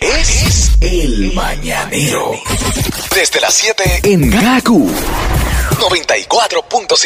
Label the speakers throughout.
Speaker 1: Es el mañanero. Desde las 7 en Gaku 94.5.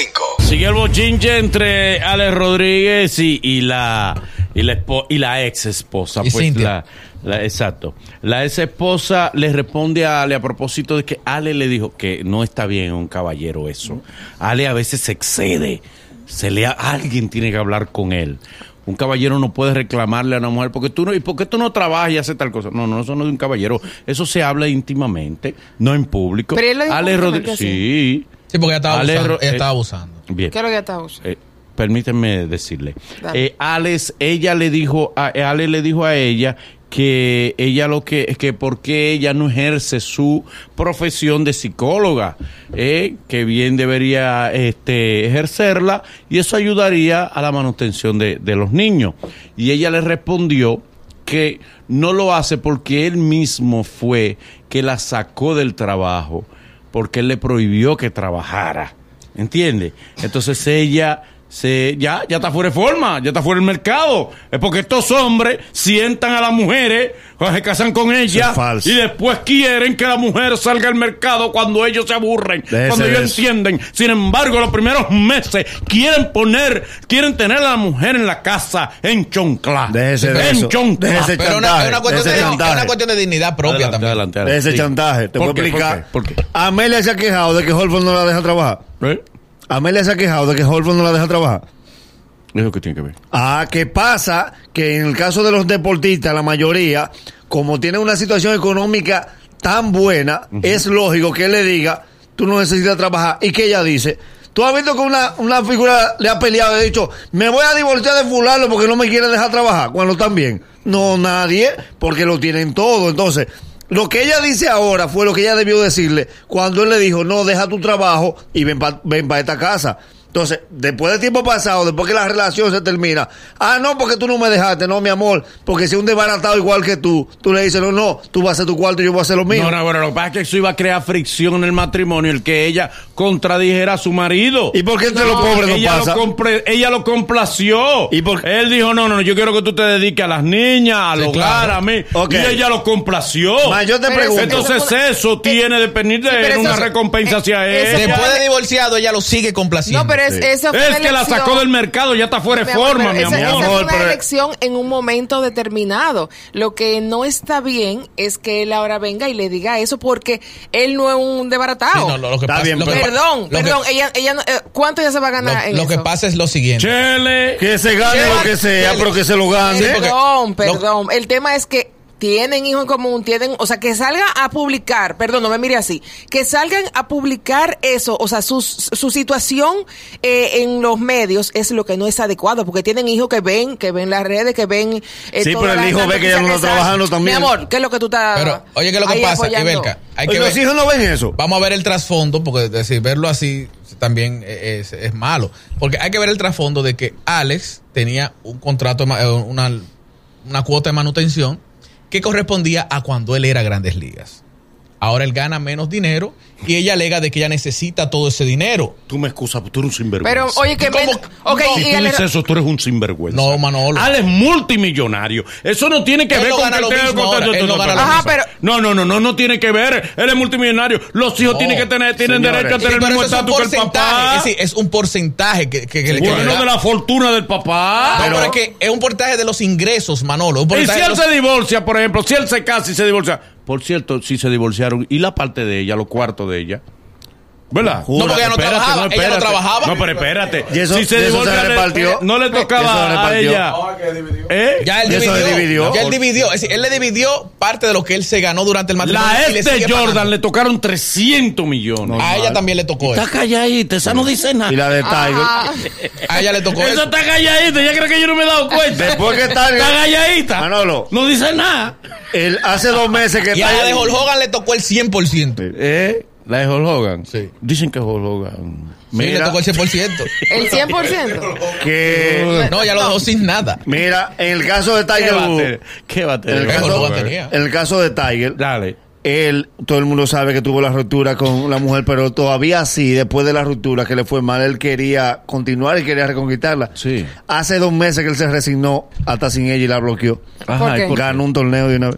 Speaker 2: Sigue el bochinche entre Alex Rodríguez y, y la y la, expo- y la ex esposa.
Speaker 3: Y Cintia.
Speaker 2: la, la- exacto. La ex esposa le responde a Ale a propósito de que Ale le dijo que no está bien un caballero eso. Ale a veces se excede. Se le ha- alguien tiene que hablar con él. Un caballero no puede reclamarle a una mujer porque tú no y porque tú no trabajas y haces tal cosa. No, no, eso no es de un caballero. Eso se habla íntimamente, no en público.
Speaker 4: Pero él lo dijo
Speaker 2: Ale
Speaker 4: públicamente
Speaker 2: Rodríguez, sí.
Speaker 3: Sí, porque ella estaba
Speaker 2: Ale
Speaker 3: abusando.
Speaker 2: Ro-
Speaker 3: Ella estaba
Speaker 2: eh,
Speaker 3: abusando.
Speaker 2: Bien.
Speaker 4: ¿Qué es lo que está usando?
Speaker 2: Eh, permítanme decirle.
Speaker 4: Dale.
Speaker 2: Eh, Alex, ella le dijo, a, Ale le dijo a ella que ella lo que, que porque ella no ejerce su profesión de psicóloga, eh, que bien debería este, ejercerla, y eso ayudaría a la manutención de, de los niños. Y ella le respondió que no lo hace porque él mismo fue que la sacó del trabajo, porque él le prohibió que trabajara. ¿Entiendes? Entonces ella se, ya, ya está fuera de forma, ya está fuera del mercado. Es porque estos hombres sientan a las mujeres, se casan con ellas
Speaker 5: es falso.
Speaker 2: y después quieren que la mujer salga al mercado cuando ellos se aburren,
Speaker 5: Déjese
Speaker 2: cuando ellos
Speaker 5: de eso.
Speaker 2: entienden. Sin embargo, los primeros meses quieren poner, quieren tener a la mujer en la casa, en choncla.
Speaker 5: Déjese de
Speaker 2: en
Speaker 5: eso.
Speaker 2: choncla.
Speaker 5: Déjese
Speaker 3: Pero una,
Speaker 5: chantaje,
Speaker 3: es, una cuestión
Speaker 5: ese
Speaker 3: de, es
Speaker 5: chantaje.
Speaker 3: una cuestión de dignidad propia
Speaker 2: Adelante,
Speaker 3: también.
Speaker 2: adelante,
Speaker 5: De
Speaker 2: adelante.
Speaker 5: ese
Speaker 2: Sí.
Speaker 5: chantaje. Te voy a
Speaker 2: ¿Por qué?
Speaker 5: explicar.
Speaker 2: ¿Por qué? ¿Por qué?
Speaker 5: Amelia se ha quejado de que Holford no la deja trabajar.
Speaker 2: ¿Eh?
Speaker 5: Amelia se ha quejado de que Holford no la deja trabajar.
Speaker 2: Eso que tiene que ver.
Speaker 5: Ah, que pasa que en el caso de los deportistas, la mayoría, como tienen una situación económica tan buena, es lógico que él le diga, tú no necesitas trabajar. Y que ella dice, tú has visto que una, una figura le ha peleado y ha dicho, me voy a divorciar de fulano porque no me quiere dejar trabajar, cuando están bien. No, nadie, porque lo tienen todo. Entonces, lo que ella dice ahora fue lo que ella debió decirle cuando él le dijo, no, deja tu trabajo y ven para ven pa esta casa. Entonces, después del tiempo pasado, después que la relación se termina, ah, no, porque tú no me dejaste, no, mi amor, porque si un desbaratado igual que tú, tú le dices, no, no, tú vas a hacer tu cuarto y yo voy a hacer lo mío.
Speaker 2: No, no, bueno, lo que pasa es que eso iba a crear fricción en el matrimonio, el que ella contradijera a su marido.
Speaker 5: ¿Y por qué entre los pobres no
Speaker 2: ella,
Speaker 5: pasa?
Speaker 2: Lo compre- ella lo complació.
Speaker 5: ¿Y por qué?
Speaker 2: Él dijo, no, no, no, yo quiero que tú te dediques a las niñas, al
Speaker 3: Sí,
Speaker 2: hogar,
Speaker 3: claro.
Speaker 2: a mí.
Speaker 5: Ok.
Speaker 2: Y ella lo complació.
Speaker 5: Ma, yo te
Speaker 4: Pero
Speaker 5: pregunto.
Speaker 2: Entonces
Speaker 4: Eso puede-
Speaker 2: eso tiene de venir de
Speaker 4: Sí, pero
Speaker 2: él,
Speaker 4: eso-
Speaker 2: una recompensa hacia
Speaker 4: eh, eso
Speaker 2: él.
Speaker 3: Después de divorciado, ella lo sigue complaciendo.
Speaker 4: No, pero es, esa fue
Speaker 2: Es
Speaker 4: una
Speaker 2: que la
Speaker 4: elección-
Speaker 2: sacó del mercado, ya está fuera de
Speaker 4: amor,
Speaker 2: forma,
Speaker 4: pero
Speaker 2: mi amor.
Speaker 4: esa- esa
Speaker 5: Mi
Speaker 4: fue
Speaker 5: amor,
Speaker 4: una
Speaker 5: pero-
Speaker 4: elección en un momento determinado. Lo que no está bien es que él ahora venga y le diga eso porque él no es un
Speaker 3: Sí,
Speaker 4: desbaratado.
Speaker 3: no, lo, lo que
Speaker 5: Está
Speaker 3: pasa,
Speaker 5: bien,
Speaker 3: lo que pa-
Speaker 4: perdón,
Speaker 3: lo que-
Speaker 4: perdón. ella, ella no- eh, ¿Cuánto ya se va a ganar
Speaker 3: lo-
Speaker 4: en
Speaker 3: lo que
Speaker 4: eso?
Speaker 3: pasa es lo siguiente.
Speaker 2: Chele.
Speaker 5: Que se gane
Speaker 4: Yo-
Speaker 5: lo que sea, pero que se lo gane.
Speaker 3: Sí, porque-
Speaker 4: Perdón,
Speaker 3: lo-
Speaker 4: perdón. El tema es que tienen hijos en común, tienen, o sea, que salgan a publicar, perdón, no me mire así, que salgan a publicar eso, o sea, su, su situación eh, en los medios es lo que no es adecuado, porque tienen hijos que ven, que ven las redes, que ven... eh,
Speaker 5: Sí,
Speaker 4: todas
Speaker 5: pero el
Speaker 4: las
Speaker 5: hijo ve que
Speaker 4: noticias
Speaker 5: ya no está
Speaker 4: salen.
Speaker 5: trabajando también.
Speaker 4: Mi amor, ¿qué es lo que tú estás
Speaker 3: Pero, oye, ¿qué es lo que
Speaker 4: ahí
Speaker 3: pasa,
Speaker 4: apoyando?
Speaker 3: Ibelka? Hay que
Speaker 5: Oye,
Speaker 3: ver-
Speaker 5: los hijos no ven eso.
Speaker 3: Vamos a ver el trasfondo, porque decir, verlo así también es, es malo. Porque hay que ver el trasfondo de que Alex tenía un contrato, de ma- eh, una, una cuota de manutención que correspondía a cuando él era Grandes Ligas. Ahora él gana menos dinero y ella alega de que ella necesita todo ese dinero.
Speaker 2: Tú me excusas, tú eres un sinvergüenza.
Speaker 4: Pero, oye, que...
Speaker 3: ¿Cómo?
Speaker 4: ven- ok,
Speaker 3: No.
Speaker 2: Si
Speaker 4: y
Speaker 2: tú
Speaker 4: Ale-
Speaker 2: dices eso, tú eres un sinvergüenza.
Speaker 3: No, Manolo.
Speaker 2: Alex multimillonario. Eso no tiene que
Speaker 3: Él
Speaker 2: ver
Speaker 3: no
Speaker 2: con
Speaker 3: gana
Speaker 2: que
Speaker 3: lo
Speaker 2: tenga
Speaker 3: mismo
Speaker 2: contrato-
Speaker 3: ahora, él no gana lo
Speaker 4: mismo. Ajá, pero-
Speaker 2: No, no, no, no, no tiene que ver. Él es multimillonario. Los hijos
Speaker 3: No,
Speaker 2: tienen que tener, tienen
Speaker 5: señores.
Speaker 2: derecho a tener
Speaker 3: Sí,
Speaker 2: el
Speaker 3: pero
Speaker 2: mismo
Speaker 3: eso es un
Speaker 2: estatus que el
Speaker 3: porcentaje.
Speaker 2: papá.
Speaker 3: Es, decir, es un porcentaje que, que- que le que le
Speaker 2: Bueno,
Speaker 3: da.
Speaker 2: de la fortuna del papá.
Speaker 3: No, pero
Speaker 2: Pero-
Speaker 3: es que es un porcentaje de los ingresos, Manolo. un
Speaker 2: y
Speaker 3: porcentaje
Speaker 2: si
Speaker 3: de
Speaker 2: él
Speaker 3: los-
Speaker 2: se divorcia, por ejemplo, si él se casa y se divorcia. Por cierto, si se divorciaron, y la parte de ella, los cuartos de ella. ¿Verdad?
Speaker 5: No,
Speaker 3: porque ella no trabajaba, ella no
Speaker 2: espérate.
Speaker 3: trabajaba.
Speaker 2: No, pero espérate.
Speaker 5: Y eso-
Speaker 2: si se
Speaker 5: y eso se
Speaker 2: divorcia, le-
Speaker 5: repartió.
Speaker 2: no le
Speaker 5: Eso se
Speaker 2: tocaba a
Speaker 5: repartió.
Speaker 2: ella. ¿Eh?
Speaker 3: Ya él
Speaker 5: Y eso
Speaker 3: dividió,
Speaker 5: se dividió.
Speaker 3: Ya él dividió. Es decir, él le dividió parte de lo que él se ganó durante el matrimonio.
Speaker 2: La
Speaker 3: y le
Speaker 2: ex de
Speaker 3: sigue
Speaker 2: Jordan
Speaker 3: pagando. pues.
Speaker 2: le tocaron 300 millones.
Speaker 3: A ella también le tocó eso.
Speaker 2: calladita, esa no dice nada.
Speaker 5: Y la de Tiger.
Speaker 4: Ah,
Speaker 3: A ella le tocó
Speaker 2: Esa
Speaker 3: eso.
Speaker 2: está calladita, ya creo que yo no me he dado cuenta.
Speaker 5: Después que Tiger-
Speaker 2: Está calladita.
Speaker 5: Manolo.
Speaker 2: No dice nada.
Speaker 5: Él hace dos meses que
Speaker 3: Y a la de Hulk Hogan le tocó el 100%.
Speaker 2: ¿Eh? La de Hulk Hogan.
Speaker 3: Sí.
Speaker 2: Dicen que Hulk Hogan.
Speaker 3: Sí, le
Speaker 2: Mira,
Speaker 3: tocó el 100%.
Speaker 4: el 100%.
Speaker 5: que
Speaker 3: No, ya lo dejó sin nada.
Speaker 5: mira, en el caso de
Speaker 2: ¿qué
Speaker 5: Tiger
Speaker 2: va a
Speaker 5: Woods,
Speaker 2: tener? ¿Qué va a
Speaker 5: en
Speaker 2: tener?
Speaker 5: el
Speaker 3: Hulk
Speaker 5: caso,
Speaker 3: Hogan tenía.
Speaker 5: en el caso de Tiger,
Speaker 2: Dale.
Speaker 5: él, todo el mundo sabe que tuvo la ruptura con la mujer, pero todavía sí, después de la ruptura que le fue mal, él quería continuar y quería reconquistarla.
Speaker 2: Sí.
Speaker 5: Hace dos meses que él se resignó hasta sin ella y la bloqueó.
Speaker 4: qué?
Speaker 2: ¿y por
Speaker 5: Ganó un torneo de una vez.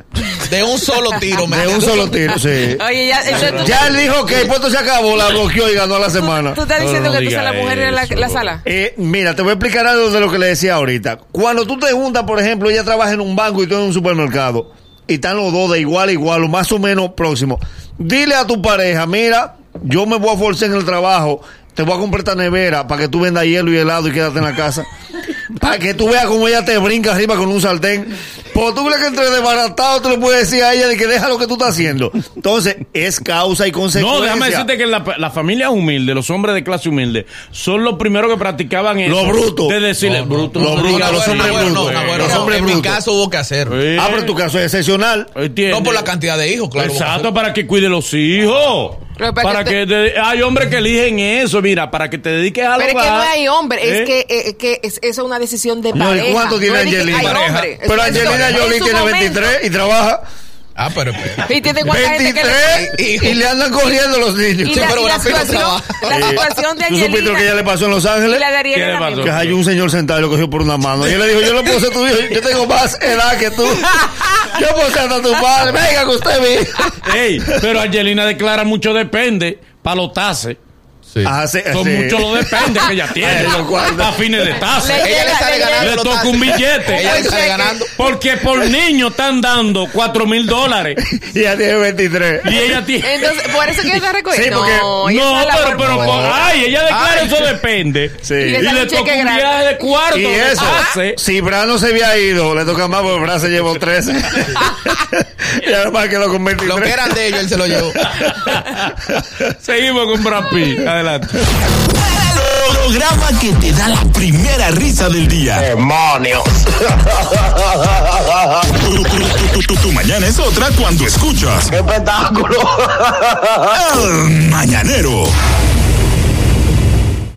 Speaker 3: de un solo tiro. me
Speaker 5: De un
Speaker 3: entiendes?
Speaker 5: solo tiro, sí.
Speaker 4: Oye, ya, entonces tú,
Speaker 5: Ya él dijo que el puesto se acabó, la bloqueó y ganó la
Speaker 4: tú-
Speaker 5: semana.
Speaker 4: tú estás
Speaker 2: No,
Speaker 4: diciendo
Speaker 2: no
Speaker 4: que tú
Speaker 2: diga
Speaker 4: la mujer en la,
Speaker 2: eso.
Speaker 4: la sala.
Speaker 5: Eh, mira, te voy a explicar algo de lo que le decía ahorita. Cuando tú te juntas, por ejemplo, ella trabaja en un banco y tú en un supermercado, y están los dos de igual a igual o más o menos próximos, dile a tu pareja, mira, yo me voy a forzar en el trabajo, te voy a comprar esta nevera para que tú vendas hielo y helado y quédate en la casa. Para que tú veas cómo ella te brinca arriba con un sartén. Porque tú crees que entre desbaratado tú le puedes decir a ella de que deja lo que tú estás haciendo. Entonces, es causa y consecuencia.
Speaker 2: No, déjame decirte que la, la familia humilde, los hombres de clase humilde, son los primeros que practicaban eso.
Speaker 5: Los brutos.
Speaker 2: De decirle,
Speaker 3: No, no,
Speaker 2: bruto.
Speaker 5: los
Speaker 2: no
Speaker 5: brutos,
Speaker 2: digas
Speaker 5: los
Speaker 2: así".
Speaker 5: hombres
Speaker 3: Nagüero, no,
Speaker 5: brutos.
Speaker 3: Nagüero,
Speaker 5: Los
Speaker 3: no.
Speaker 5: hombres
Speaker 3: en mi
Speaker 5: brutos.
Speaker 3: caso hubo que hacerlo.
Speaker 2: Eh,
Speaker 5: Ah, pero tu caso es excepcional.
Speaker 2: ¿entiendes?
Speaker 3: No por la cantidad de hijos, claro.
Speaker 2: Exacto, para que cuide los hijos.
Speaker 4: Pero para
Speaker 2: Para
Speaker 4: que
Speaker 2: que te- hay hombres que eligen eso, mira, para que te dediques al
Speaker 4: Pero es que
Speaker 2: hogar,
Speaker 4: no hay hombre,
Speaker 2: ¿eh?
Speaker 4: es que, eh, que es, eso es una decisión de
Speaker 5: No, ¿y
Speaker 4: pareja.
Speaker 5: cuánto tiene
Speaker 4: No es de que
Speaker 5: Angelina?
Speaker 4: hay
Speaker 3: Pareja.
Speaker 4: hombre.
Speaker 5: Pero
Speaker 4: Eso-
Speaker 5: Angelina
Speaker 4: en
Speaker 5: Jolie
Speaker 4: su
Speaker 5: tiene
Speaker 4: momento.
Speaker 5: 23 y trabaja
Speaker 3: Ah, pero espera.
Speaker 4: ¿Y tiene cuánta gente que le-
Speaker 5: 23 y, y le andan corriendo los niños.
Speaker 4: Y
Speaker 5: Sí,
Speaker 4: la,
Speaker 5: pero
Speaker 4: y la
Speaker 3: Brad Pitt no
Speaker 4: situación,
Speaker 3: trabaja.
Speaker 4: la
Speaker 5: Eh,
Speaker 4: situación de
Speaker 5: ¿Tú supiste lo que ya
Speaker 4: Angelina
Speaker 5: le pasó en Los
Speaker 4: y
Speaker 5: Ángeles?
Speaker 4: la de
Speaker 2: ¿Qué le
Speaker 4: Ariel
Speaker 2: pasó?
Speaker 5: Que hay un señor sentado y lo cogió por una mano. Y él le dijo, yo no puedo ser tu hijo, yo tengo más edad que tú. Yo puedo ser hasta tu padre. Venga que usted vive.
Speaker 2: Ey, pero Angelina declara mucho depende para los tases.
Speaker 3: Sí.
Speaker 5: Ah, sí,
Speaker 2: Son
Speaker 5: sí.
Speaker 2: muchos los depende que ella tiene.
Speaker 5: Ay, lo cual-
Speaker 2: a fines de
Speaker 4: Le-
Speaker 2: tases.
Speaker 3: Ella le sale
Speaker 4: Ella-
Speaker 3: ganando.
Speaker 2: Le
Speaker 3: los
Speaker 2: toca
Speaker 3: taxis.
Speaker 2: un billete.
Speaker 3: Ella le
Speaker 4: Un
Speaker 3: sale
Speaker 4: cheque.
Speaker 3: ganando.
Speaker 2: Porque por niño están dando cuatro mil dólares.
Speaker 5: Y ella tiene 23.
Speaker 2: Y ella tiene.
Speaker 4: Entonces, por eso que ella está recogiendo.
Speaker 5: Sí, porque-
Speaker 4: no, ella
Speaker 2: No,
Speaker 4: está en la
Speaker 2: pero, pero,
Speaker 4: forma-
Speaker 2: por- ay, ella declara
Speaker 3: Ay.
Speaker 2: eso depende.
Speaker 5: Sí.
Speaker 2: Y
Speaker 5: Y le
Speaker 2: le,
Speaker 4: sale un
Speaker 2: toca un
Speaker 4: cheque grande.
Speaker 2: viaje de cuarto.
Speaker 5: Y
Speaker 2: de
Speaker 5: eso,
Speaker 2: tase.
Speaker 5: si Bra no se había ido, le toca más porque Bra se llevó 13. y además que lo con 23.
Speaker 3: Lo que eran de ellos, él se lo llevó.
Speaker 2: Seguimos con Brad Pitt. Adelante.
Speaker 1: Programa que te da la primera risa del día. ¡Demonios! Tu, tu, tu, tu, tu, tu mañana es otra cuando escuchas. ¡Qué espectáculo! El Mañanero.